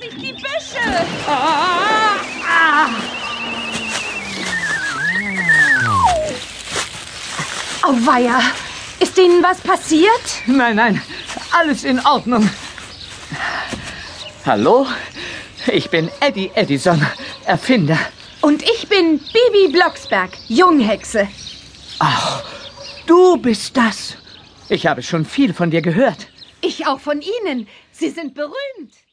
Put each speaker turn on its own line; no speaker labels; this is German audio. ich die Wäsche.
Ah. Auweia, ist Ihnen was passiert?
Nein, nein, alles in Ordnung. Hallo, ich bin Eddie Edison, Erfinder.
Und ich bin Bibi Blocksberg, Junghexe.
Ach, du bist das. Ich habe schon viel von dir gehört.
Ich auch von Ihnen. Sie sind berühmt.